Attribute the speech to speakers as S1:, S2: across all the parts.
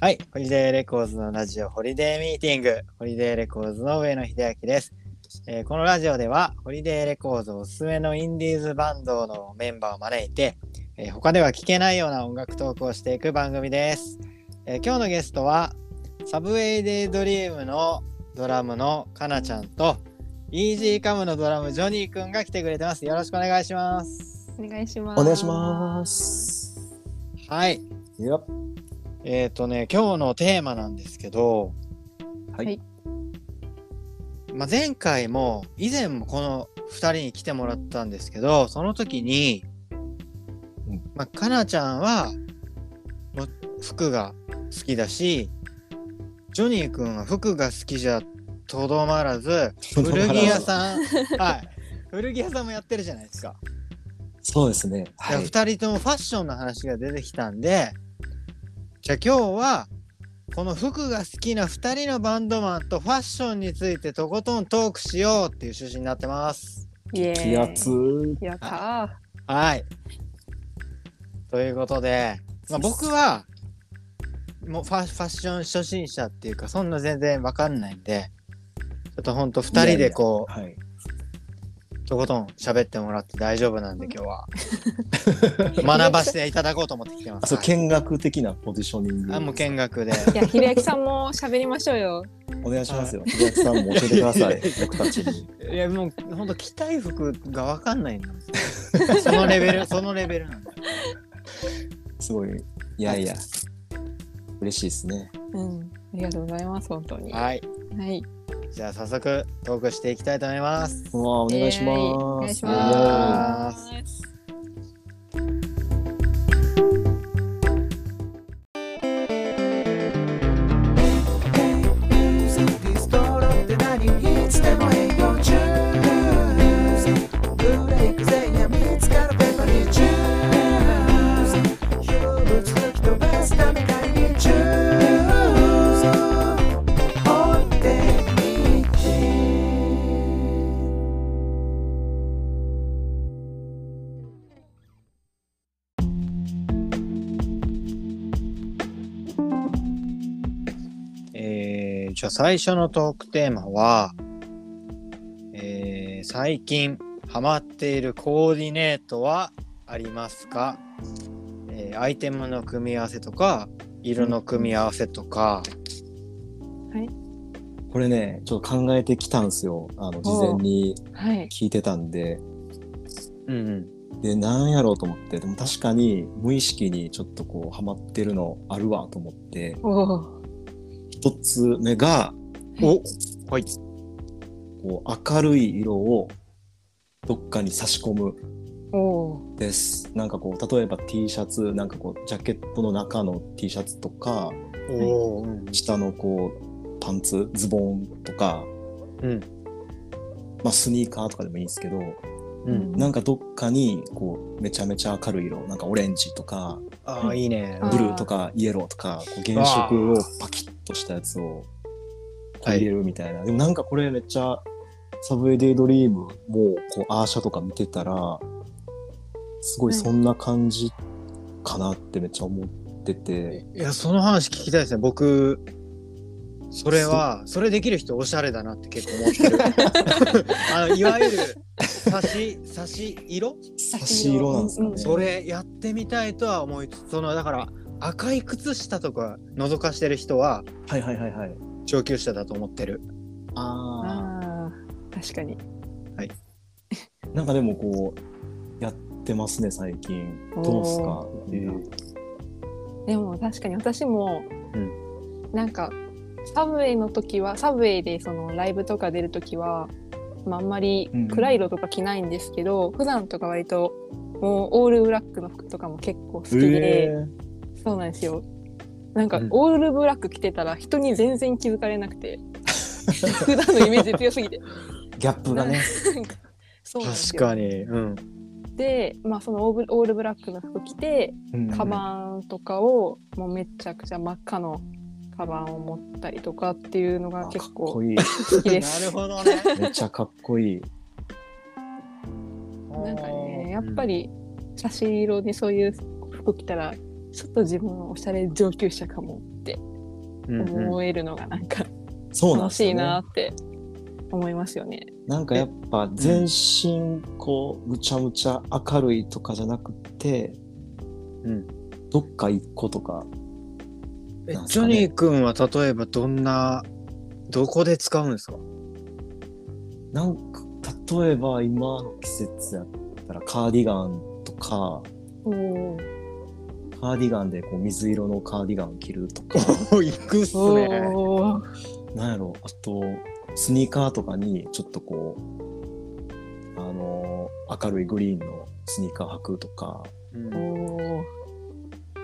S1: はい、ホリデーレコーズのラジオホリデーミーティング、ホリデーレコーズの上野秀明です、えーこのラジオでは、ホリデーレコーズおすすめのインディーズバンドのメンバーを招いて、えー他では聞けないような音楽トークをしていく番組です。えー今日のゲストは、サブウェイデイドリームのドラムのかなちゃんと、イージーカムのドラムジョニーくんが来てくれてます。よろしくお願いします。
S2: お願いします。
S3: お願いします。
S1: はい、
S3: いや、
S1: えっ、とね、今日のテーマなんですけど、
S3: はい
S2: はい
S1: まあ、前回も、以前もこの2人に来てもらったんですけど、その時に
S3: うん、
S1: まあ、かなちゃんは、もう服が好きだし、ジョニー君は服が好きじゃとどまらず、古着屋
S3: ん。
S1: さん、はい。古着屋さんもやってるじゃないですか。
S3: そうですね。
S1: い
S3: は
S1: や
S3: い。
S1: 2人ともファッションの話が出てきたんでじゃあ今日はこの服が好きな2人のバンドマンとファッションについてとことんトークしようっていう趣旨になってます。
S2: イエーイ。
S3: 気圧。
S2: やった
S1: はいということで、まあ、僕はもうファファッション初心者っていうかそんな全然わかんないんでちょっとほんと2人でこう
S3: はい。
S1: とことん喋ってもらって大丈夫なんで今日は 学ばせていただこうと思ってきてま
S3: あ、
S1: す。
S3: そう、
S1: はい
S3: 見学的なポジショニング。
S1: あもう見学で。
S2: ー。いや、ひろゆきさんも喋りましょうよ。
S3: お願いしますよ。お客さんも教えてください。僕たちに。
S1: いやもう本当着たい服がわかんないんだもんそのレベ ルそのレベルなんだ。
S3: すごい。いやいや。嬉しいですね。
S2: うん。ありがとうございます、本当に。は
S1: はい。
S2: い。
S1: じゃあ早速トークしていきたいと思います。
S3: うわあ、お
S2: お
S3: 願いします。
S2: お願いしま。
S1: ますえー、じゃあ最初のトークテーマは、えー、最近ハマっているコーディネートはありますか、えー、アイテムの組み合わせとか色の組み合わせとか、
S3: これね、ちょっと考えてきたんですよ。あの、事前に
S2: はい。
S3: 聞いてたんで。
S1: うんうん、
S3: で、なんやろうと思って。でも確かに、無意識にちょっとこう、ハマってるのあるわと思って。
S2: おお。
S3: 一つ目が、
S1: おはい
S3: こう明るい色をどっかに差し込む
S2: おお。
S3: です。なんかこう例えば T シャツなんかこうジャケットの中の T シャツとか
S1: おー
S3: 下のこうパンツズボンとか、
S1: うん
S3: まあ、スニーカーとかでもいいんですけど
S1: うんうん
S3: なんかどっかにこうめちゃめちゃ明るい色なんかオレンジとか
S1: ああいいね
S2: あー
S3: ブルーとかイエローとかこう原色をパキッとしたやつをこう入れるみたいな、でもなんかこれめっちゃサブウェイデイドリームもこうアーシャとか見てたらすごいそんな感じかなってめっちゃ思ってて、
S1: いや、その話聞きたいですね。僕、それは、それできる人、おしゃれだなって結構思ってる。 あのいわゆる、差し、差し色
S3: 差し色なんですかね、
S2: うん
S1: それやってみたいとは思いつつ、その、だから、赤い靴下とか覗かしてる人は、
S3: はいはいはいはい
S1: 上級者だと思ってる。
S3: あ
S2: ああ。確かに。
S3: ーなんかでもこうやってますね最近どうですか
S1: ー
S3: みんな
S2: でも確かに私も、
S1: う
S2: なんかサブウェイの時はサブウェイでそのライブとか出る時は、まあ、あんまり
S3: うんうん
S2: 暗い色とか着ないんですけど、普段とか割ともうオールブラックの服とかも結構好き
S3: え
S2: で、
S3: ー
S2: そうなんですよなんか
S1: うん
S2: オールブラック着てたら人に全然気づかれなくて 普段のイメージ強すぎて
S3: ギャップがね
S2: なんかそうなんです
S1: 確
S2: よ
S1: かに。うん。
S2: で、まあ、そのオーブオールブラックの服着てカ
S3: ン
S2: バンとかをもうめちゃくちゃ真っ赤のカバンを持ったりとかっていうのが結構
S3: かっこいい
S2: 好き
S1: な
S2: です。
S1: るほどね。
S3: めっちゃかっこいい
S2: なんかねやっぱり差し色にそういう服着たらちょっと自分はおしゃれ上級者かもって
S1: うんうん
S2: 思えるのがなんか
S3: そうなん
S2: 楽
S3: です
S2: し
S3: よ
S2: い
S3: ね
S2: なって思いますよね。
S3: なんかやっぱ全身こうむちゃむちゃ明るいとかじゃなくて、
S1: うん
S3: どっか一個とか
S1: え
S3: なんす
S1: ジ
S3: か
S1: ョ
S3: ね
S1: ニー君は例えばどんなどこで使うんですか
S3: なんか例えば今の季節やったらカーディガンとか
S2: お
S3: カーディガンでこう水色のカーディガンを着る とか
S1: お行くっすね。
S2: おー
S3: なんやろあとスニーカーとかにちょっとこうあの明るいグリーンのスニーカー履くとか
S1: うん
S2: おー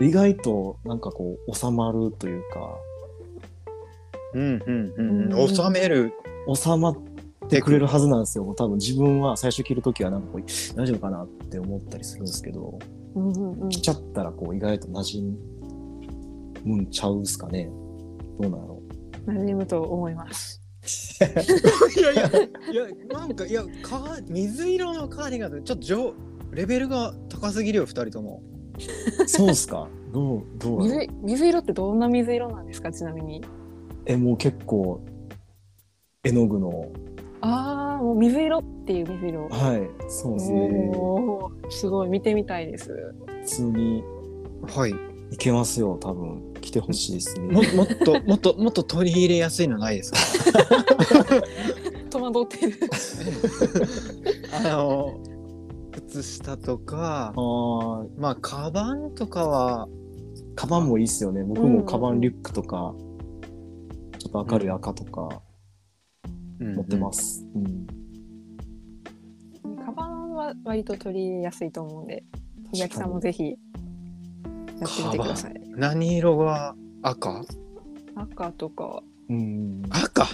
S3: 意外となんかこう収まるというか
S1: うんうんう
S2: うんん
S1: 収める
S3: 収まってくれるはずなんですよ。多分自分は最初着るときはなんかこう大丈夫かなって思ったりするんですけど、
S2: うんうんうん
S3: 着ちゃったらこう意外と馴染むんちゃうんすかね。どうなんや ろ
S2: 馴染むと思います。
S1: いやいやいやなんかいやカー水色のカーディガンってちょっと上レベルが高すぎるよ2人とも
S3: う。そうっすか。どうどうやろ
S2: 水
S3: う
S2: 水色ってどんな水色なんですかちなみに。
S3: えもう結構絵の具の
S2: ああもう水色っていう水色。
S3: はいそうですね。
S2: おーすごい見てみたいです。
S3: 普通に
S1: はい
S3: いけますよ多分着てほしいですね。
S1: ももっともっと もっと取り入れやすいのないですか
S2: 戸惑ってる。
S1: あの靴下とか
S3: ああ
S1: まあカバンとかは、
S3: カバンもいいっすよね。僕もカバンリュックとか、ちょっと明るい赤とか。持ってますす。うん。
S2: カバンは割と取り入れやすいと思うんで、佐々木さんもぜひやってみてください。
S1: 何色が赤
S2: 赤とか、
S3: うん。
S1: 赤、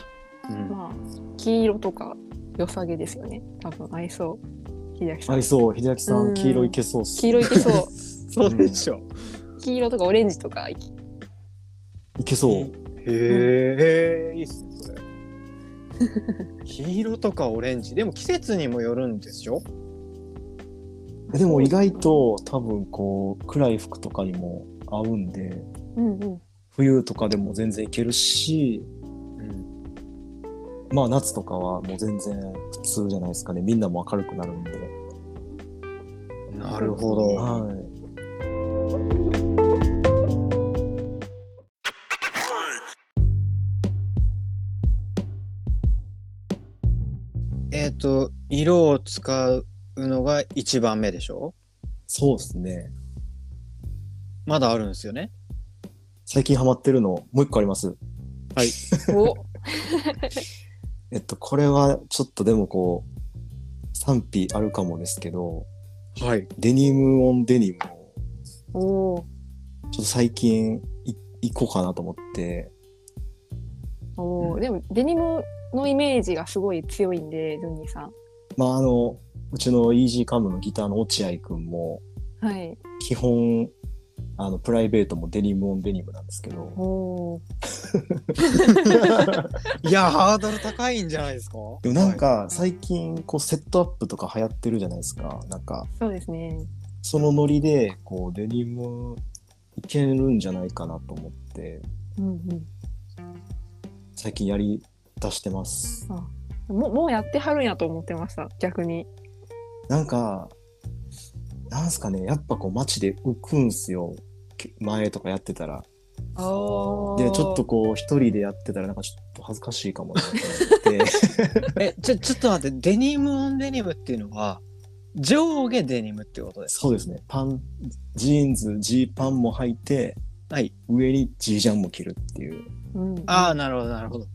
S1: うん
S2: まあ黄色とか良さげですよね。多分合いそう。秀明さ
S3: 合
S2: ん
S3: い。そう、秀明さ、
S2: うんん
S3: 黄色いけそうっす。
S2: 黄色いけそ
S1: そうでしょ、
S2: う。黄色とかオレンジとかいき
S3: いけそう。
S1: へえ、いいっすねそれ 黄色とかオレンジでも季節にもよるんでしょ
S3: でも意外と多分こう、暗い服とかにも合うんで、
S2: うんうん。
S3: 冬とかでも全然いけるし、
S1: うん、
S3: まあ夏とかはもう全然普通じゃないですかね。みんなも明るくなるんで。
S1: なるほど、
S3: はい。
S1: えっ、と色を使うのが一番目でしょ
S3: そうっすね。
S1: まだあるんですよね
S3: 最近ハマってるの、もう一個あります。
S2: お、
S3: えっと、これはちょっとでもこう、賛否あるかもですけど、
S1: はい
S3: デニムオンデニムを
S2: おー
S3: ちょっと最近い行こうかなと思って、
S2: おー、
S1: うん
S2: でもデニムのイメージがすごい強いんで、ジョニーさん。
S3: まああの、うちのイージーカムのギターの落合くんも、
S2: はい。
S3: 基本、あの、プライベートもデニムオンデニムなんですけど、
S2: おー
S1: いやハードル高いんじゃないですか
S3: でもなんか最近こうセットアップとか流行ってるじゃないですか。なんか、
S2: そうですね。
S3: そのノリで、こう、デニムいけるんじゃないかなと思って、
S2: うんうん。
S3: 最近やり出してます。
S2: ももうやってはるんやと思ってました逆に
S3: なんか、なんすかね、やっぱこう街で浮くんすよ。け前とかやってたら。
S2: ああ
S3: で、ちょっとこう一人でやってたらなんかちょっと恥ずかしいかもなって思って。
S1: えちょちょっと待ってデニムオンデニムっていうのは上下デニムってことです
S3: そうですね。パン、ジーンズ、ジーパンも履いて、
S1: はい
S3: 上にジージャンも着るっていう。
S2: うん、
S1: ああなるほどなるほど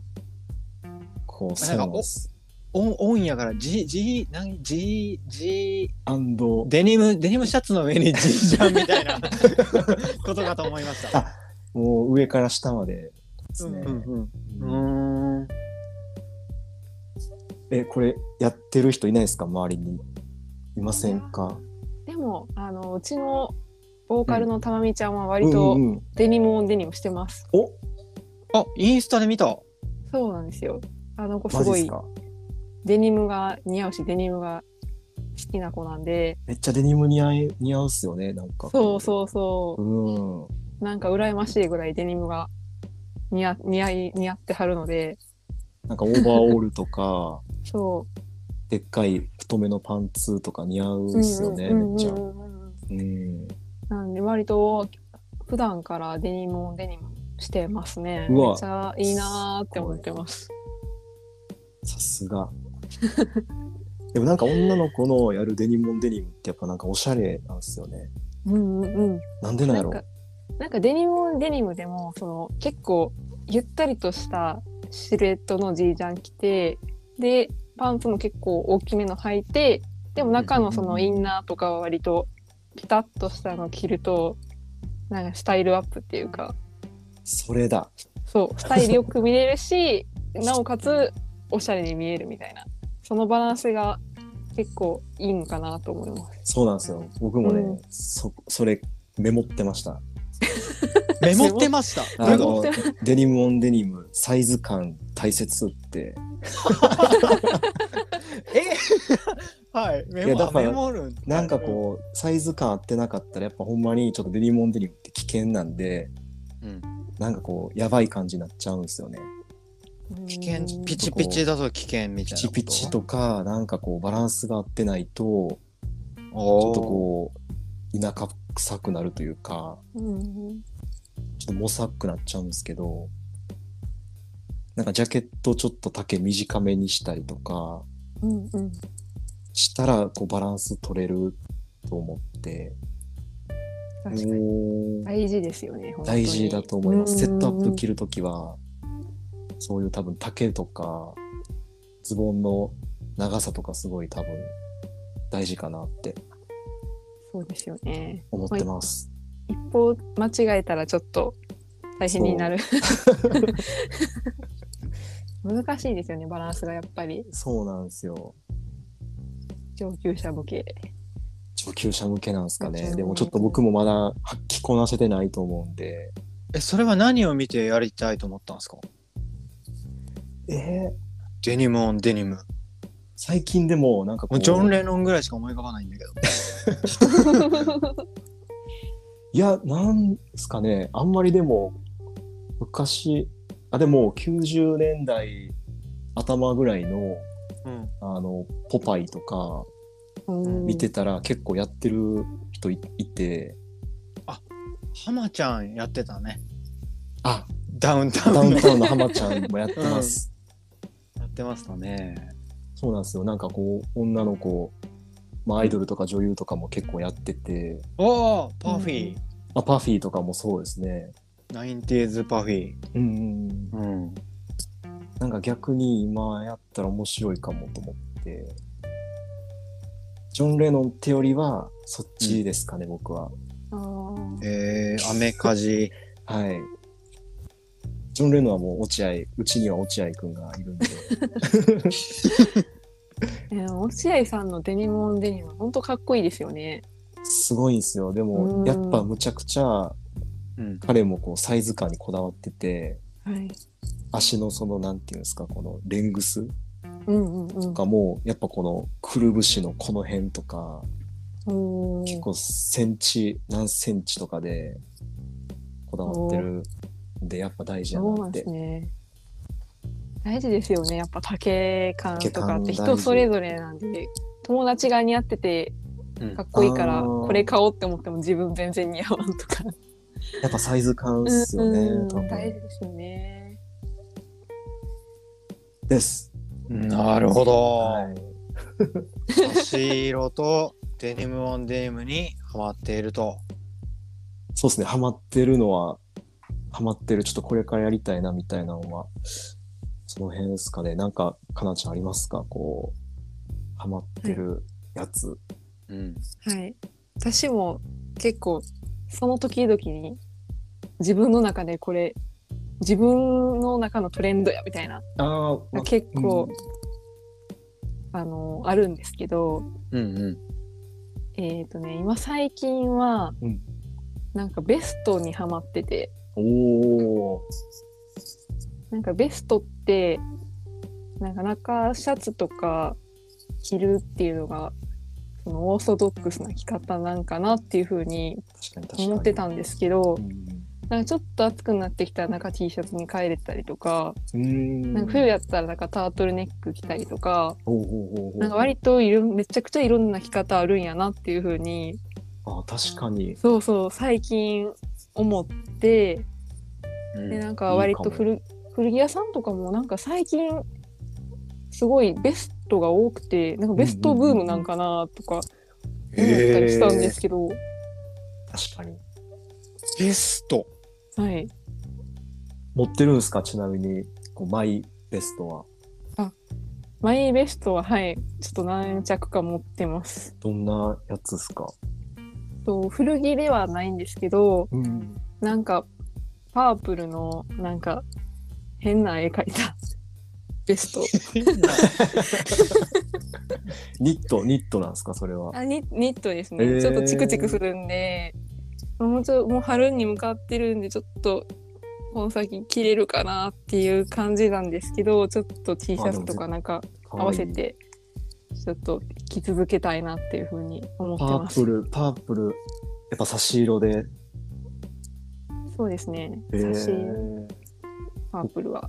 S3: こう、
S1: か
S3: そうなんです。
S1: オンオンやからジジなんジジ
S3: アンド、
S1: デニムデニムシャツの上にジージャンみたいなことかと思いました。
S3: あもう上から下までですね。
S1: うん
S3: うん
S1: うん。うーん
S3: え、これやってる人いないですか周りに。いませんか
S2: でもあのうちのボーカルのたまみちゃんは
S3: う
S2: 割
S3: んう
S2: と
S3: んうん。
S2: デニムオンデニムしてます、
S3: お
S1: あインスタで見た。
S2: そうなんですよあの子す
S3: マジ
S2: ご
S3: です
S2: い
S3: か
S2: デニムが似合うしデニムが好きな子なんで、
S3: めっちゃデニム似合い似合うっすよね、なんか。。
S2: そうそうそう
S3: うん。
S2: う、なんか羨ましいぐらいデニムが似合似合い似合ってはるので、
S3: なんかオーバーオールとか、
S2: そ
S3: でっかい太めのパンツとか似合
S2: う。
S3: うっすよね、
S2: うん
S3: めっちゃ
S2: うん。うんうんうん
S3: うん。
S2: なんで割と普段からデニムをデニムしてますね。
S3: うわ
S2: めっちゃいいなーって思ってます。
S3: さすが。 でもなんか女の子のやるデニムオンデニムってやっぱなんかおしゃれなんですよね。
S2: うんうんうん。
S3: なんでな
S2: な
S3: んや
S2: ん
S3: ろ
S2: かなんかデニムはデニムでもその結構ゆったりとしたシルエットのジージャン着てでパンツも結構大きめの履いてでも中のそ
S3: うんう
S2: の
S3: んうん
S2: インナーとかは割とピタッとしたの着るとなんかスタイルアップっていうか
S3: それだ。
S2: そうスタイルよく見れるし なおかつおしゃれに見えるみたいなそのバランスが結構いいのかなと思います。
S3: そうなんですよ。僕もね、
S2: うん
S3: そそれメモってました。
S1: メモってました。
S3: あ
S2: メモ
S3: の
S2: ってま
S3: デニムオンデニムサイズ感大切って。
S1: えはい、メ
S3: いやだ
S1: モ、
S3: から
S1: メモるんだ
S3: なんかこうサイズ感合ってなかったらやっぱほんまにちょっとデニムオンデニムって危険なんで、
S1: うん
S3: なんかこうやばい感じになっちゃうんですよね。
S1: 危険
S2: うん、
S1: ピチピチだと危険み
S3: ピ
S1: たいな
S3: チ
S1: こと。
S3: ピチとかなんかこうバランスが合ってないとち
S1: お
S3: ょっ
S1: ー
S3: とこう田舎臭くなるというか
S2: うん
S3: ちょっともさっくなっちゃうんですけどなんかジャケットちょっと丈短めにしたりとか
S2: うんうん
S3: したらこうバランス取れると思って
S2: 確かに
S3: おー
S2: 大事ですよね。本当に
S3: 大事だと思いますセットアップ着
S2: る。
S3: るときはそういう多分丈とかズボンの長さとかすごい多分大事かなって
S2: そうですよね。
S3: 思ってます。
S2: 一方間違えたらちょっと大変になる。 難しいですよね、バランスがやっぱり
S3: そうなんですよ。
S2: 上級者向け。
S3: 上級者向けなんですかね。
S2: うん
S3: でもちょっと僕もまだ発揮こなせてないと思うんで。
S1: え、それは何を見てやりたいと思ったんですか
S3: えー
S1: デニムオンデニム。
S3: 最近でもなんかこ
S1: も
S3: う
S1: うジョン・レノンぐらいしか思い浮かばないんだけど。
S3: いや、なんですかね。あんまりでも、昔、あ、でも90年代頭ぐらいの、
S1: うん。
S3: あの、ポパイとか
S2: うん
S3: 見てたら結構やってる人いいて、
S1: 浜ちゃんやってたね。
S3: あ、
S1: ダウンタ
S3: ダ
S1: ウ
S3: ウ
S1: ン
S3: ン
S1: の
S3: タウンの浜ちゃんもやってます。
S1: やってましたね。
S3: そうなんですよ。なんかこう、女の子、まあアイドルとか女優とかも結構やってて、
S1: おおパフィー。
S3: まあ、パフィーとかもそうですね。
S1: ナインティーズパフィー。
S3: うんうんうん、
S1: うん。
S3: なんか逆に今やったら面白いかもと思って。ジョン・レノンってよりはそっちですかね、僕は。
S2: あー
S1: えー、アメカジ。
S3: はい。ジョン・レノンはもう落合、うちには落合くんがいる んで。
S2: えー落合さんのデニムオンデニム本当かっこいいですよね。
S3: すごいんですよ。で
S2: う
S3: も
S2: ん
S3: やっぱむちゃくちゃ
S1: うん。
S3: 彼もこうサイズ感にこだわってて、
S2: はい。
S3: 足のそのなんていうんですか、このレングス
S2: うんうんうん。
S3: とかも、やっぱこのくるぶしのこの辺とか、
S2: うん
S3: 結構センチ何センチとかでこだわってるんでやっぱ大事や
S2: そう
S3: な
S2: な
S3: っ
S2: ん
S3: て
S2: ですね。大事ですよね。やっぱ竹感とかって
S3: 丈感
S2: 人それぞれなんで、友達が似合ってて
S1: うん
S2: かっこいいから、
S3: あー
S2: これ買おうって思っても自分全然似合わんとか。
S3: やっぱサイズ感っすよ
S2: うんう
S3: ね
S2: ん
S3: 多
S2: 大事
S3: 分
S2: ですよね。
S3: です
S1: なるほど。
S3: はい
S1: 足色とデニムオンデニムにハマっていると。
S3: そうですねハマってるのはハマってるちょっとこれからやりたいなみたいなのはその辺ですかねなんかかなちゃんありますかこうハマってるやつ、
S1: うん。
S2: はい。私も結構その時々に自分の中でこれ自分の中のトレンドやみたいな
S3: ああ、ま
S2: 結構、
S3: うん
S2: あのあるんですけど、
S1: うんうん。
S2: えっ、とね今最近は、
S3: うん
S2: なんかベストにハマってて
S3: おお
S2: なんかベストってなんか中シャツとか着るっていうのがそのオーソドックスな着方なんかなっていうふうに
S3: 確かに確かに。
S2: 思ってたんですけど
S3: うん。
S2: なんかちょっと暑くなってきたらなんか T シャツに変えれたりとか
S3: うん。
S2: なんか冬やったらなんかタートルネック着たりとか
S3: ほうほうほうほう
S2: なんか割といろめちゃくちゃいろんな着方あるんやなっていうふうに
S3: あ確かに。
S2: そうそう最近思ってでなんか割と古古着屋さんとかもなんか最近すごいベストが多くてなんかベストブームなんかなとか思ったりしたんですけど、
S3: 確かに。
S1: ベスト。
S2: はい
S3: 持ってるんですかちなみに、こうマイベストは。
S2: マイベストははいちょっと何着か持ってます
S3: どんなやつですか
S2: と古着ではないんですけど
S3: うん。
S2: なんかパープルのなんか変な絵描いたベスト
S3: ニット、ニットなんですかそれは。
S2: あニニットですね、
S3: えー
S2: ちょっとチクチクするんでもうちょもう春に向かってるんでちょっとこの先着れるかなっていう感じなんですけどちょっと T シャツとかなんか合
S3: かわ
S2: わ
S3: いい
S2: せ。てちょっと着続けたいなっていうふうに思って
S3: パ
S2: ま
S3: ープ
S2: す。
S3: ル、パープル。やっぱ差し色で。
S2: そうですね、
S3: え
S2: 差し
S3: ー、
S2: パープルは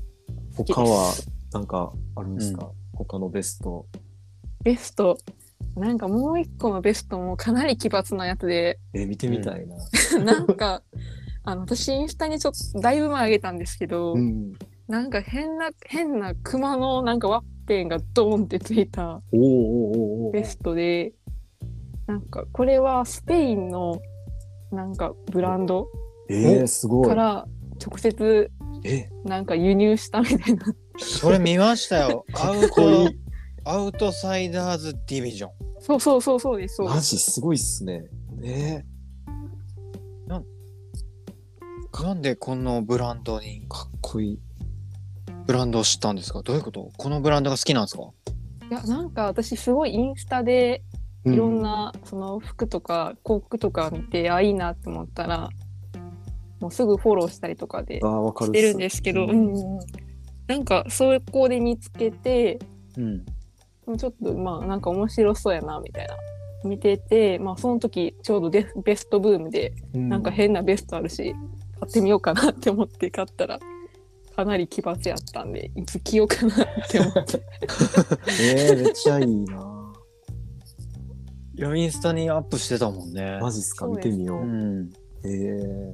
S2: 好きです
S3: 他は、なんかあるんですか、他のベスト。
S2: ベストなんかもう一個のベストもかなり奇抜なやつで
S3: えー見てみたいな。
S2: なんかあの私インスタにちょっとだいぶ前上げたんですけど、
S3: うん。
S2: なんか変な、変な熊のなんかワッペンがドーンってついた
S3: おーおーおーおー
S2: ベストで、なんかこれはスペインのなんかブランド
S3: えー、すごい
S2: か。ら直接
S3: え、
S2: なんか輸入したみたいな。
S1: それ見ました よ。アウ
S3: こ
S1: ト
S3: れ、
S1: アウトサイダーズディビジョン。
S2: そうそうそうそうです。そうで
S3: マ
S2: す
S3: ジすごいっすね。え
S1: なんでこのブランドに
S3: ー、、かっこいい。
S1: ブランドを知ったんですかどういうことこのブランドが好きなんですか
S2: いや、なんか私すごいインスタでいろんなその服とか広告とか見て、あ、いいなって思ったら、もうすぐフォローしたりとかで
S3: うん。ああ、わかる
S2: し
S3: って
S2: るんですけど、う
S3: う
S2: んうんうんなんかそういう子で見つけて、
S1: うん。
S2: ちょっとまあなんか面白そうやなみたいな見ててまあその時ちょうどデベストブームでなんか変なベストあるし、買ってみようかなって思って買ったらかなり奇抜やったんでいつ着ようかなって 思って
S3: えー、めっちゃいいな。
S1: いや、インスタにアップしてたもんね。
S3: マジっすか
S2: そう
S3: 見
S2: です
S3: てみよ
S1: う
S3: う。
S1: ん。
S3: えー、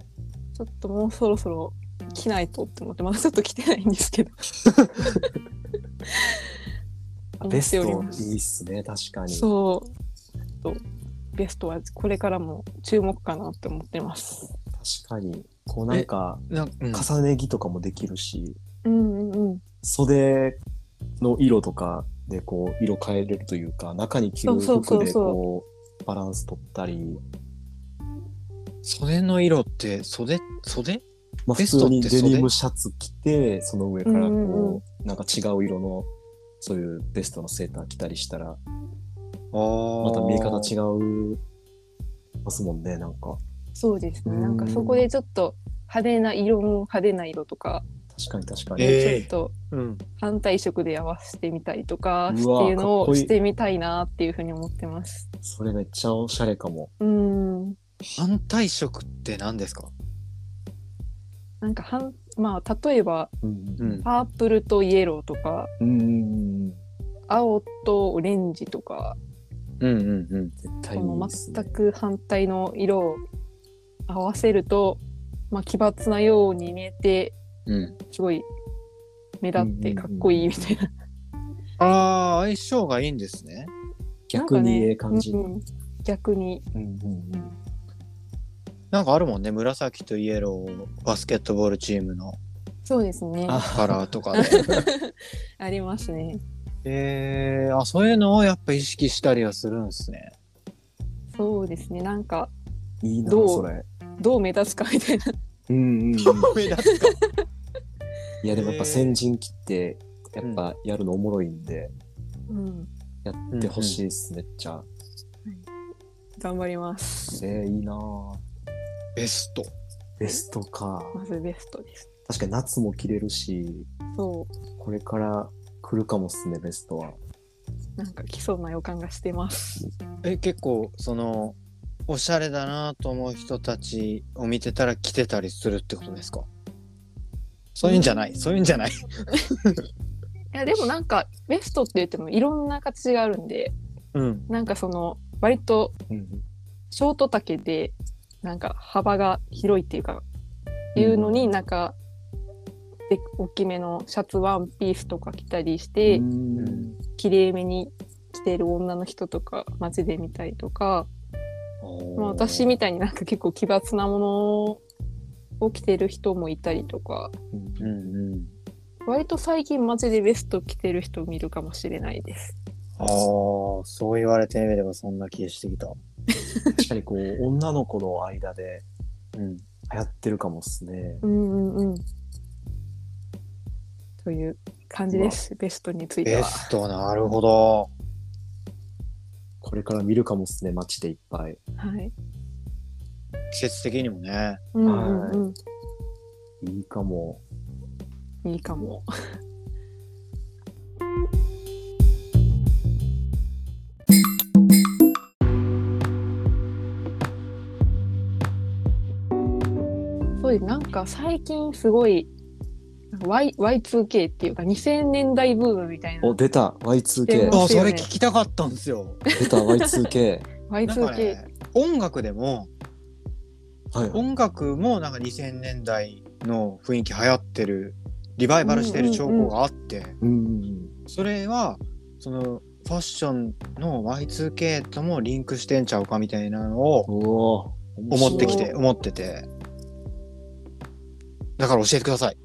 S2: ちょっともうそろそろ着ないとって思ってまだちょっと着てないんです けど
S3: あベス
S2: 思ってお
S3: ト
S2: ります
S3: いいっすね、確かに。
S2: そうちょっとベストはこれからも注目かなって思ってます。
S3: 確かに。こうなんか、
S1: なんうん
S3: 重ね着とかもできるし、
S2: うんうんうん
S3: 袖の色とかでこう、色変えれるというか、中に着る
S2: そうそう
S3: 服
S2: そう
S3: で
S2: そう
S3: こう、バランス取ったり、
S1: 袖の色って、袖袖
S3: まあ、普
S1: ベスト
S3: 通
S1: って
S3: にデ
S1: 袖
S3: ニムシャツ着て、その上からこう、
S2: うんうんう
S3: なんか違う色の、そういうベストのセーター着たりしたら、
S1: あ
S3: また見え方違
S1: う。
S3: う、ますもんね、なんか。
S2: そうですね。
S3: うん
S2: なんかそこでちょっと派手な色も派手な色とか、
S3: 確かに確かに。
S1: え
S2: ちょっと
S1: うん。
S2: 反対色で合わせてみたりとかって
S3: うわ
S2: いうの
S3: かっこ
S2: を
S3: いい
S2: してみたいなっていうふうに思ってます。
S3: それめっちゃおしゃれかも。
S2: うん。
S1: 反対色って何ですか
S2: なんかはんまあ例えば
S3: うん
S1: う。ん。
S2: パープルとイエローとか
S3: うん。
S2: 青とオレンジとか、
S1: うんうんうん。
S3: 絶対
S2: こ
S3: にいい
S2: の
S3: っすね
S2: 全く反対の色を合わせると、まあ奇抜なように見えて
S1: うん。
S2: すごい目立ってかっこいいみたいな。
S1: ああ、相性がいいんですね。
S3: 逆にええ感じ。
S2: なんかねうん逆に
S3: うんうんうん
S1: なんかあるもんね。紫とイエロー、バスケットボールチームの
S2: そうですね。
S1: カラーと かで。
S2: ありますね。
S1: えー、あそういうのをやっぱ意識したりはするんですね。
S2: そうですね。なんか
S3: いいな、
S2: どう
S3: それ。
S2: どう目立つかみたいな。
S3: うんうんうん。いや、でもや
S1: へ
S3: っ
S1: ー
S3: ぱ先陣切って、やっぱやるのおもろいんで、
S2: うん、
S3: やってほしいっす、めっちゃ。
S2: 頑張ります。
S3: えー、いいなぁ
S1: ベスト。
S3: ベストか。
S2: まずベストです。
S3: 確かに夏も着れるし、
S2: そう。
S3: これから来るかもっすね、ベストは。
S2: なんか来そうな予感がしてます。
S1: え結構そのおしゃれだなと思う人たちを見てたら来てたりするってことですかそういうんじゃない、
S2: うん
S1: そういうんじゃない
S2: いやでもなんかベストって言ってもいろんな形があるんで
S1: うん、
S2: なんかその割と
S1: うん、
S2: ショート丈でなんか幅が広いっていうかいうのになんか、で大きめのシャツワンピースとか着たりして、
S3: うん
S2: きれいめに着てる女の人とか街で見たりとか、まあ、私みたいになんか結構奇抜なものを着てる人もいたりとか
S1: うんうん
S2: 割と最近街でベスト着てる人見るかもしれないです。
S1: ああそう言われてみればそんな気がしてきた
S3: 確かにこう女の子の間で
S1: うん
S3: 流行ってるかもっすね。
S2: うんうんうん、という感じです、ベストについて
S1: ベ
S2: は。
S1: ストなるほど
S3: これから見るかもっすね街でいっぱい。
S2: はい
S1: 季節的にもね
S2: うんうんうん
S3: いいかも。
S2: いいかも。そうです。なんか最近すごい、なんか Y- Y2K っていうか2000年代ブームみたいな
S3: お。出た Y2K
S2: 出ま
S1: あ
S2: す
S1: そ
S2: よね
S1: れ聞きたかったんです よ
S3: 出た Y2K
S1: なんか
S2: Y2K。
S1: ね音楽でも
S3: はい。
S1: 音楽もなんか2000年代の雰囲気流行ってるリバイバルしてる兆候があって、
S3: うん
S1: それはそのファッションの Y2K ともリンクしてんちゃうかみたいなのを
S3: おおー
S1: 思ってきて
S2: そう
S1: 思っててだから教えてください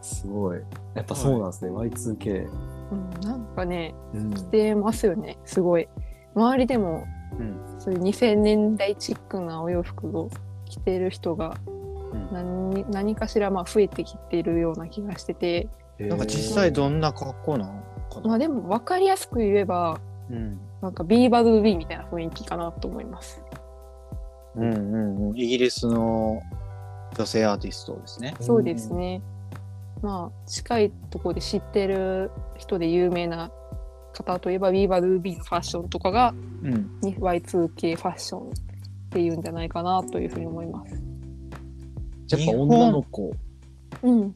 S3: すごい。やっぱそうなんですね、Y2K。
S2: うん、なんかね、
S3: うん、
S2: 出ますよね。すごい。周りでも、
S1: うん
S2: そういう2000年代チックなお洋服を着てる人が
S1: ん
S2: 何何かしらまあ増えてきてるような気がしてて、
S1: なんか実際どんな格好なのかな、
S2: まあ、でも分かりやすく言えば
S1: うん
S2: なんかビーバドゥービーみたいな雰囲気かなと思います。
S1: うんうんうんイギリスの女性アーティストですね
S2: そうですね。まあ近いところで知ってる人で有名な方といえばビーバドゥービーのファッションとかが
S1: うん
S2: に Y2K ファッションっていうんじゃないかなというふうに思います。
S3: やっぱ女の子
S2: うん。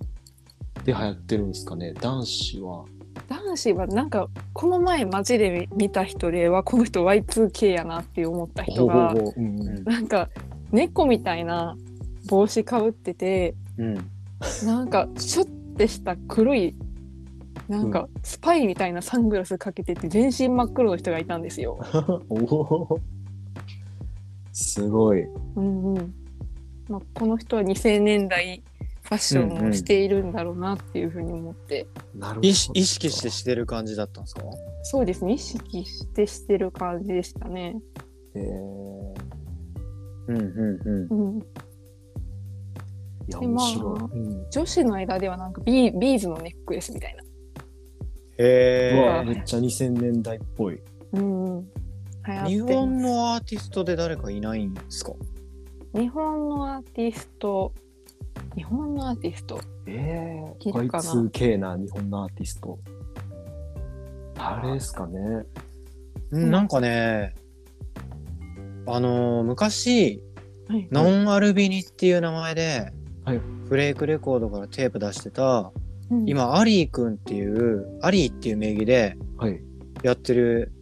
S3: で流行ってるんですかね男子は。
S2: 男子はなんかこの前街で見た人ではこの人 Y2K やなって思った人
S3: ほうほう
S2: が
S3: ほう。うんうん
S2: なんか猫みたいな帽子かぶってて
S1: うん
S2: なんかシュッてした黒いなんかスパイみたいなサングラスかけてて全身真っ黒の人がいたんです よ。
S3: おおすごい。
S2: うんうんまあ、この人は2000年代ファッションをしているんだろうなっていうふうに思って、
S3: なるほど
S1: 意識意識してしてる感じだったんですか
S2: そうですね意識してしてる感じでしたね。
S3: えー
S1: うんうんうん
S2: うん、
S3: いや
S2: でま
S3: 面
S2: あ
S3: 白い。うん
S2: 女子の間ではなんかビービーズのネックレスみたいな、
S1: へ
S3: う
S1: え
S3: わめっちゃ2000年代っぽい。
S2: うんうん、流行ってます
S1: 日本のアーティストで誰かいないんですか
S2: 日本のアーティスト日本のアーティスト
S3: えー、
S2: いるかな
S3: Y2K な日本のアーティスト。あれですかね。
S2: ん
S1: なんかね、あのー昔、
S2: はい
S1: ノンアルビニっていう名前で、
S3: はい
S1: フレークレコードからテープ出してた、
S2: うん
S1: 今、アリーくんっていう、アリーっていう名義で
S3: はい。
S1: やってる、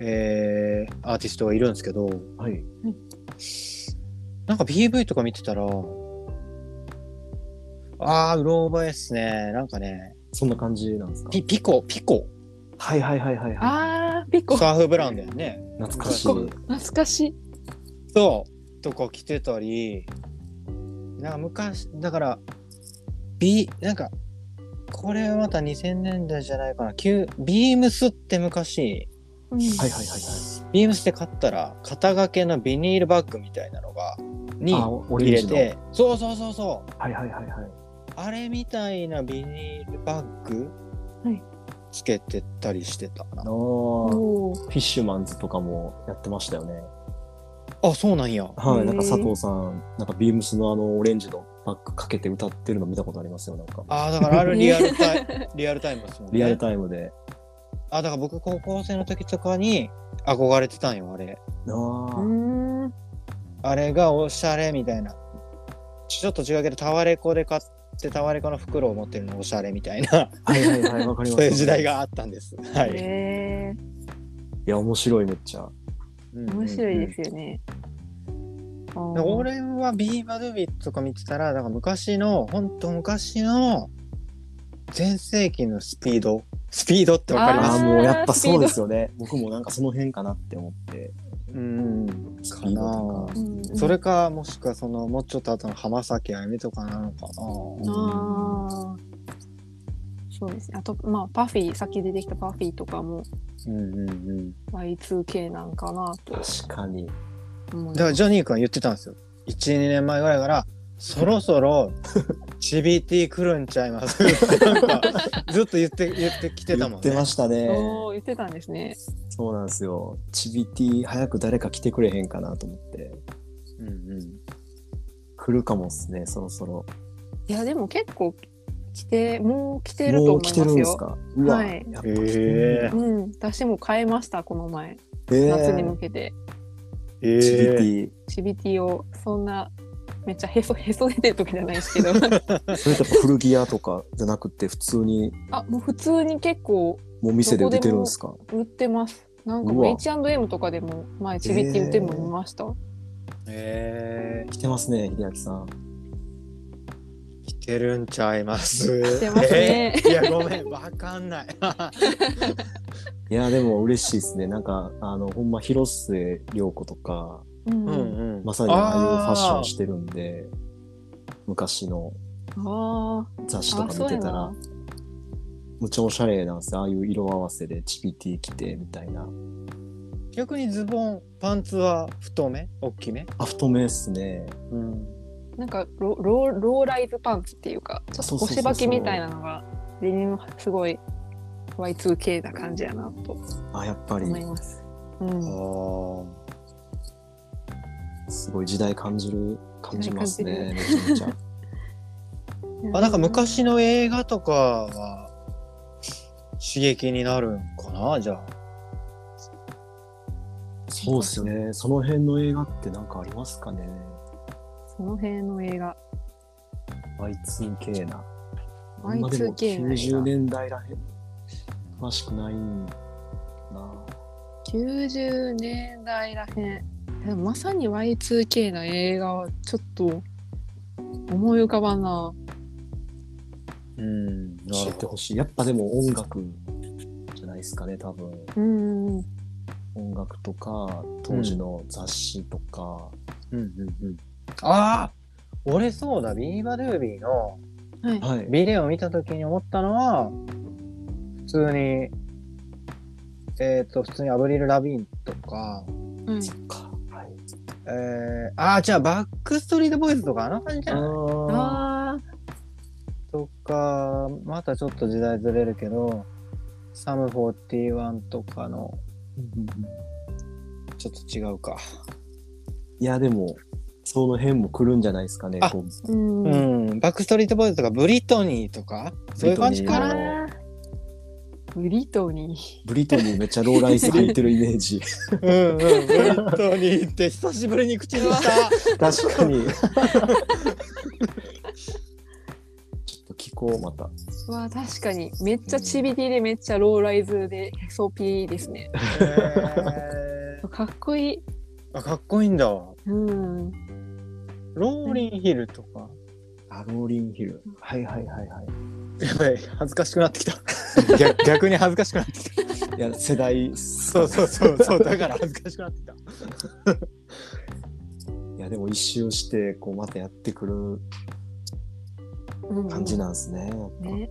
S1: えーアーティストがいるんですけど、
S3: はい。
S1: なんか PV とか見てたら、あー、うろ覚えっすね。なんかね、
S3: そんな感じなんですか
S1: ピピコ、ピコ、
S3: はいはいはいはいは
S2: あーピコ
S1: サーフブランドやね。
S3: い。懐かしい
S2: ピ。コ懐かしい
S1: そうとか着てたりなんか昔だからビなんかこれはまた2000年代じゃないかな旧ビームスって昔
S2: うん
S3: はいはいはい
S1: ビームスで買ったら肩掛けのビニールバッグみたいなのがに
S3: あオ
S1: 入
S3: レン
S1: れ
S3: ジの
S1: てそうそうそうそう
S3: はい。はいはいはいはい。
S1: あれみたいなビニールバッグ、
S2: はい
S1: つけてたりしてた
S3: あ
S1: な
S3: ー
S2: おー
S3: フィッシュマンズとかもやってましたよね。
S1: あそうなんや
S3: は
S2: へー
S3: い。なんか佐藤さん、なんかビームスのあのオレンジのバックかけて歌ってるの見たことありますよ、なんか。
S1: ああ、だからあれリアルタ イリアルタイムですもんね。
S3: リアルタイムで。
S1: あ、だから僕高校生の時とかに憧れてたんよ、あれ。
S3: あ
S2: う
S3: ー
S2: ん。うん
S1: あれがおしゃれみたいな。ちょっと違うけど、タワレコで買ってタワレコの袋を持ってるのおしゃれみたいな、
S3: はいはいはい、わかり
S1: そ
S3: ま
S1: うい
S3: し
S1: う
S3: た。
S1: 時代があったんです。はい。
S2: へえ
S3: いや、面白い、めっちゃ。
S1: 面
S2: 面白いですよね。あー
S1: 俺はビーバドゥビーとか見てたら、だから昔の、ほんと昔の、全盛期のスピード。スピードってわかりま
S3: あ
S1: す
S3: あ、
S2: ー
S3: もうやっぱそうですよね。僕もなんかその辺かなって思って。
S1: うん。
S3: ス
S1: かな
S3: ピードとか
S2: うんうん
S1: それか、もしくはその、もうちょっと後の浜崎あゆみとかなのかな。
S2: ああ。そうですね。あと、まあ、パフィー、さっき出てきたパフィーとかも
S1: うんうんうん。
S2: Y2K なんかなと
S3: 確かに。
S2: 思
S1: だか
S2: いま
S1: ら
S2: す。
S1: ジョニー君は言ってたんですよ。1、2年前ぐらいから、そろそ ろ CBT 来るんちゃいます。なんかずっと言って、言ってきてたもん
S3: 言って
S1: ね
S3: ま。したね。
S2: そう言ってたんですね。
S3: そうなんですよ。チビティ早く誰か来てくれへんかなと思って。
S1: うんうん
S3: 来るかもっすね、そろそろ。
S2: いや、でも結構来て、もう来てると
S3: も
S2: 思
S3: う
S2: いま
S3: 来
S2: す
S3: て
S2: よ。
S3: るんですか。うわ、
S2: はい
S3: やっぱ来て
S1: へ
S3: る
S1: え
S3: んだ
S2: うん。私も変えました、この前。
S3: えー
S2: 夏に向けて。
S1: え
S3: チビテ
S1: ー
S3: ィ。
S2: チビティを、そんな、めっちゃへそ、へそ出てる時じゃないです けど。
S3: それってやっぱ古着屋とかじゃなくて、普通に
S2: あ、もう普通に結構
S3: もう店で売れてるんですか。
S2: 売ってます。なんかもう
S3: うわ
S2: H&M とかでも前チビティ売ってるの見ました。
S1: えー
S3: 来てますね、秀明さん。
S1: 来てるんちゃいます。来
S2: てますね
S1: いや、ごめん、わかんない。
S3: いや、でも嬉しいですね。なんか、あの、ほんま、広末涼子とか、
S2: うん。
S1: うんうん。
S3: まさにああいうファッション
S1: て。
S3: してるんで、昔の
S2: あ
S3: 雑誌
S2: あ。
S3: と
S2: あ、
S3: か
S2: そ
S3: 見
S2: うや
S3: てたら
S2: な、。
S3: むっちゃおしゃれなんですよ。ああいう色合わせで、チビティ着て、みたいな。
S1: 逆にズボン、パンツは太め大きめ
S3: あ、太めっすね。
S1: うん。
S2: なんかロローローライズパンツっていうかちょっと
S3: そうそうそうそ
S2: 腰
S3: う
S2: ばきみたいなのがデニムすごい Y2K な感じやなと
S3: あ、やっぱり、
S2: 思います。うん、
S1: あ
S3: すごい時代感じる、感じますね。め
S2: 時
S3: ちゃめちゃ。
S1: あ。あ、なんか昔の映画とかは、刺激になるんかなじゃあ。
S3: そうですね。その辺の映画ってなんかありますかね。
S2: その辺の映画
S3: Y2K な。あんまでも
S2: Y2K の映
S3: 90
S2: 画
S3: 年代らへん。詳しくないんだな。
S2: 90年代らへんでもまさに Y2K な映画はちょっと思い浮かばんな
S1: うん。な
S3: 教
S1: る
S3: えて
S1: ほ
S3: ほしい。やっぱでも音楽じゃないですかね、多分。
S2: うんうん
S3: 音楽とか、当時の雑誌とか。
S1: ど。うんうんうん。ああ俺そうだ、ビーバルービーの
S2: うんはい
S3: はい。
S1: ビデオを見た時に思ったのは、普通に、えっ、と、普通にアブリル・ラビーンとか、
S2: はい
S3: かはい、
S1: えー、ああ、じゃあ、バックストリート・ボーイズとか、あの感じじゃない
S3: あ
S2: あ
S1: とか、またちょっと時代ずれるけど、サム41とかの、ちょっと違うか。
S3: いや、でも、その辺も来るんじゃないですかね。
S1: あ
S3: こう
S2: ーうん
S1: うん、バックストリート・ボーイズとか、ブリトニーとか、そういう感じか
S3: ブリトニー
S1: な。
S2: あーブリトニー
S3: ブリトニーめっちゃローライス履いてるイメージ。
S1: うんうん、ブリトニーって久しぶりに口にした。
S3: 確かに。ちょっと聞こう、また。
S2: わあ確かにめっちゃチビティでめっちゃローライズでへそピーですね
S1: え
S2: かっこいい
S1: ー、あかっこいいんだわ。
S2: うん
S1: ローリンヒルとか。
S3: アローリンヒル。はいはいはいは
S1: や
S3: い。
S1: ばい、恥ずかしくなってきた。逆逆に恥ずかしくなってきた。
S3: いや、世代っす
S1: そうそうそう、そうだから恥ずかしくなってきた。
S3: いや、でも一周して、こう、またやってくる
S2: うん
S3: 感じなんですね。
S2: ね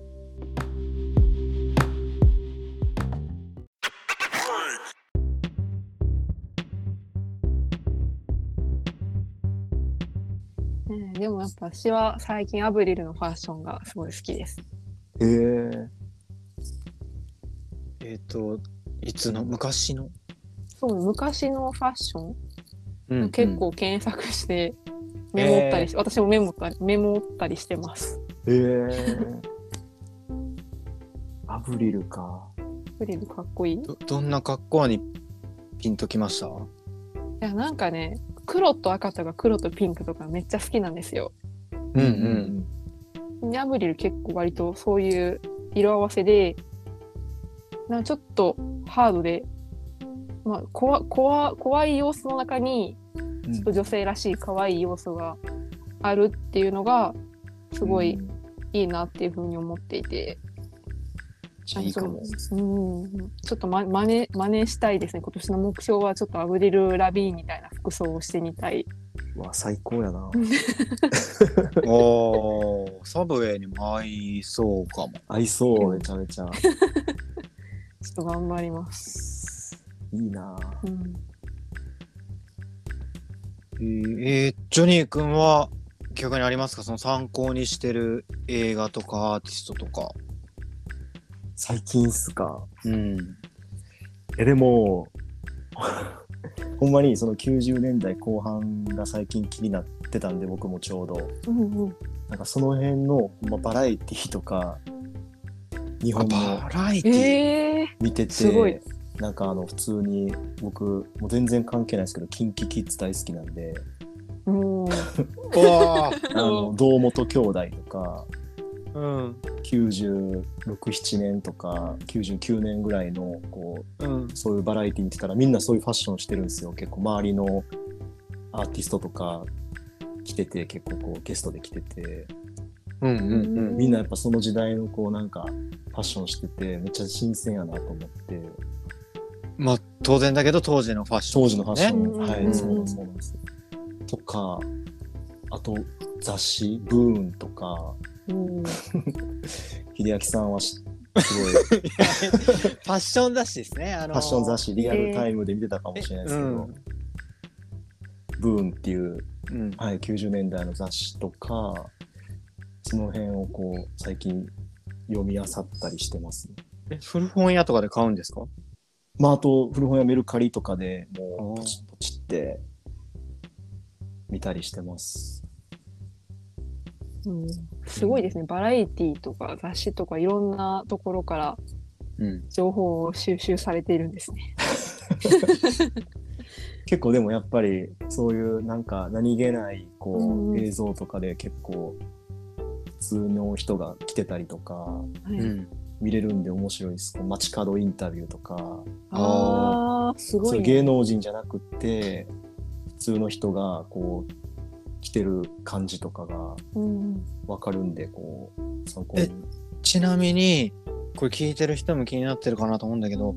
S2: ねえでもやっぱ私は最近アブリルのファッションがすごい好きです。
S3: へえ。
S1: えっ、と、いつの昔の。
S2: そう昔のファッション、
S1: うん
S2: 結構検索して、メモったりし、私もメモったりメモったりしてます。
S3: えー、アブリルか。
S2: フリルかっこいい。い
S1: どどんな格好にピンときま した
S2: やなんかね黒と赤とか黒とピンクとかめっちゃ好きなんですよ。
S1: うん
S2: ニャブリル結構割とそういう色合わせでなんかちょっとハードで、まあ、こわこわ怖い要素の中に
S3: うん
S2: ちょっと女性らしい可愛い要素があるっていうのがすごい
S3: うん
S2: いいなっていうふうに思っていて、
S1: じゃあいいかも。
S2: うん、ちょっとま真似真似したいですね今年の目標はちょっとアブリル・ラビーンみたいな服装をしてみたい。
S3: うわ、最高やな。
S1: おーサブウェイにも合いそうかも。
S3: 合いそう、めちゃめち
S2: ち
S3: ゃ。
S2: ょっと頑張ります。
S3: いいな
S2: う
S3: ぁ。
S2: ん、
S1: えーえージョニー君は逆にありますかその参考にしてる映画とかアーティストとか。
S3: 最近っすか。
S1: うん。
S3: え、でも、 ほんまにその90年代後半が最近気になってたんで、僕もちょうど。
S2: うんうん
S3: なんかその辺の、まあ、バラエティとか、日
S1: あ
S3: 本の
S1: バラエティー、
S2: えー、
S3: 見てて、
S2: すごい
S3: なんかあの普通に僕もう全然関係ないですけど KinKiKids 大好きなん で
S2: もう
S1: わー
S3: あの堂本兄弟とか
S1: うん
S3: 967年とか99年ぐらいのこ
S1: うん
S3: うそういうバラエティ見てたらみんなそういうファッションしてるんですよ結構周りのアーティストとか来てて結構こうゲストで来てて
S1: うんうんうん。
S3: みんなやっぱその時代のこうなんかファッションしててめっちゃ新鮮やなと思って
S1: まあ当然だけど当時のファッション、
S3: 当時のファッション、
S2: ね
S3: は
S2: うん
S3: いそうなんですそうなんですとかあと雑誌「ブーン」とか
S2: うん
S3: 秀明さんは しすごいフ
S1: ファッション雑誌ですね。あの
S3: ァッション雑誌リアルタイムで見てたかもしれないですけど「ブーン」っていう、
S1: うん。うん
S3: はい、90年代の雑誌とかその辺をこう最近読み漁ったりしてますね。
S1: え古本屋とかで買うんですか
S3: まあ、あと古本屋メルカリとかで
S1: あー
S3: もうポチッポチって見たりしてます。
S2: うんすごいですね、バラエティとか雑誌とかいろんなところから
S1: うん。
S2: 情報を収集されているんですね。
S3: 結構でもやっぱりそういうなんか何気ない
S2: うん
S3: こ
S2: う
S3: うん映像とかで結構普通の人が来てたりとか
S2: はい
S1: うん。
S3: 見れるんで面白いです。こう街角インタビューとか、
S2: あーすご
S3: そうい
S2: いうね、
S3: 芸能人じゃなくって普通の人がこう来てる感じとかが
S2: うん
S3: わかるんでこう参考に
S1: え。ちなみにこれ聞いてる人も気になってるかなと思うんだけど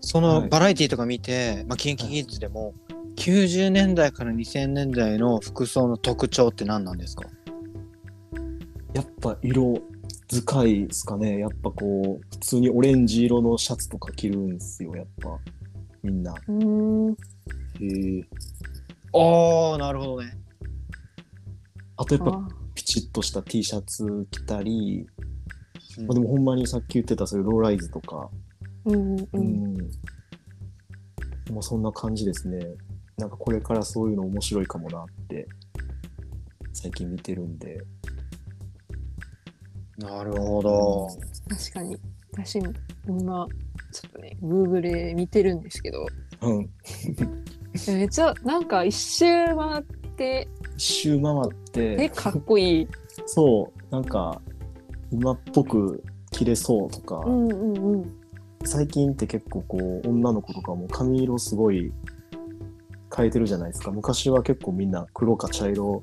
S1: そ
S3: は
S1: の
S3: い
S1: バラエティとか見て、まあ、キンキキッズでも90年代から2000年代の服装の特徴って何なんですか
S3: やっぱ色使いですかね。やっぱこう、普通にオレンジ色のシャツとか着るんですよ、やっぱ。みんな。
S2: うんうん
S1: へえああなるほどね
S3: あとやっぱ
S2: あ
S3: ピチッとした T シャツ着たり、
S1: うん
S3: まあ、でもほんまにさっき言ってたそういうローライズとか、
S2: うんうんうん
S3: うんまあ、そんな感じですね。なんかこれからそういうの面白いかもなって、最近見てるんで。
S1: なるほど
S2: 確かに私も今ちょっとね Google で見てるんですけど
S3: うん。
S2: めっちゃなんか一周回って
S3: 一周回って。
S2: えかっこいい。
S3: そう、なんか、今っぽく着れそうとか、
S2: うんうんうん
S3: 最近って結構こう、女の子とかも髪色すごい変えてるじゃないですか。昔は結構みんな黒か茶色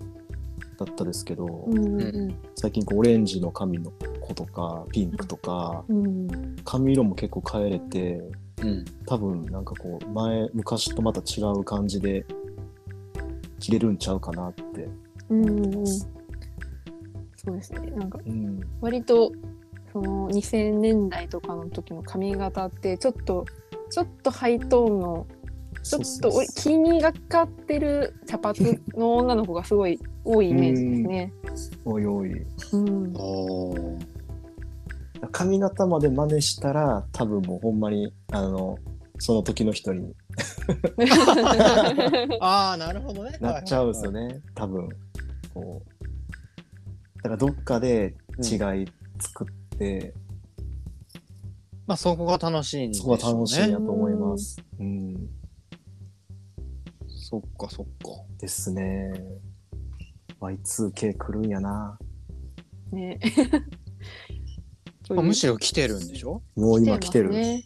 S3: だったですけど、
S2: うんうん
S3: 最近こう、オレンジの髪の子とか、ピンクとか、
S2: うん
S3: 髪色も結構変えれて、
S1: うん
S3: 多分なんかこう、前、昔とまた違う感じで、着れるんちゃうかなって。
S2: うんうんうんそうですねなんか
S3: うん。
S2: 割とその2000年代とかの時の髪型ってちょっとちょっとハイトーンのちょっとお
S3: そう
S2: 気にがかってる茶髪の女の子がすごい多いイメージですね。
S3: おいおい。
S2: うん
S1: あ、ー
S3: 髪型まで真似したら多分もうほんまにあのその時の人に
S1: あーなるほどね
S3: なっちゃうんですよね、多分そう。だからどっかで違い作って、
S1: まあそこが楽しいんでし
S3: そ
S1: ょう
S3: こ
S1: ね。
S3: が楽しいなと思います。うん。
S1: そっかそっか。
S3: ですね。Y2K 来るんやな。
S2: ね。
S1: まあむしろ来てるんでしょ
S3: もう今
S2: 来
S3: 来
S2: て
S3: て
S2: る
S3: る。
S2: ね。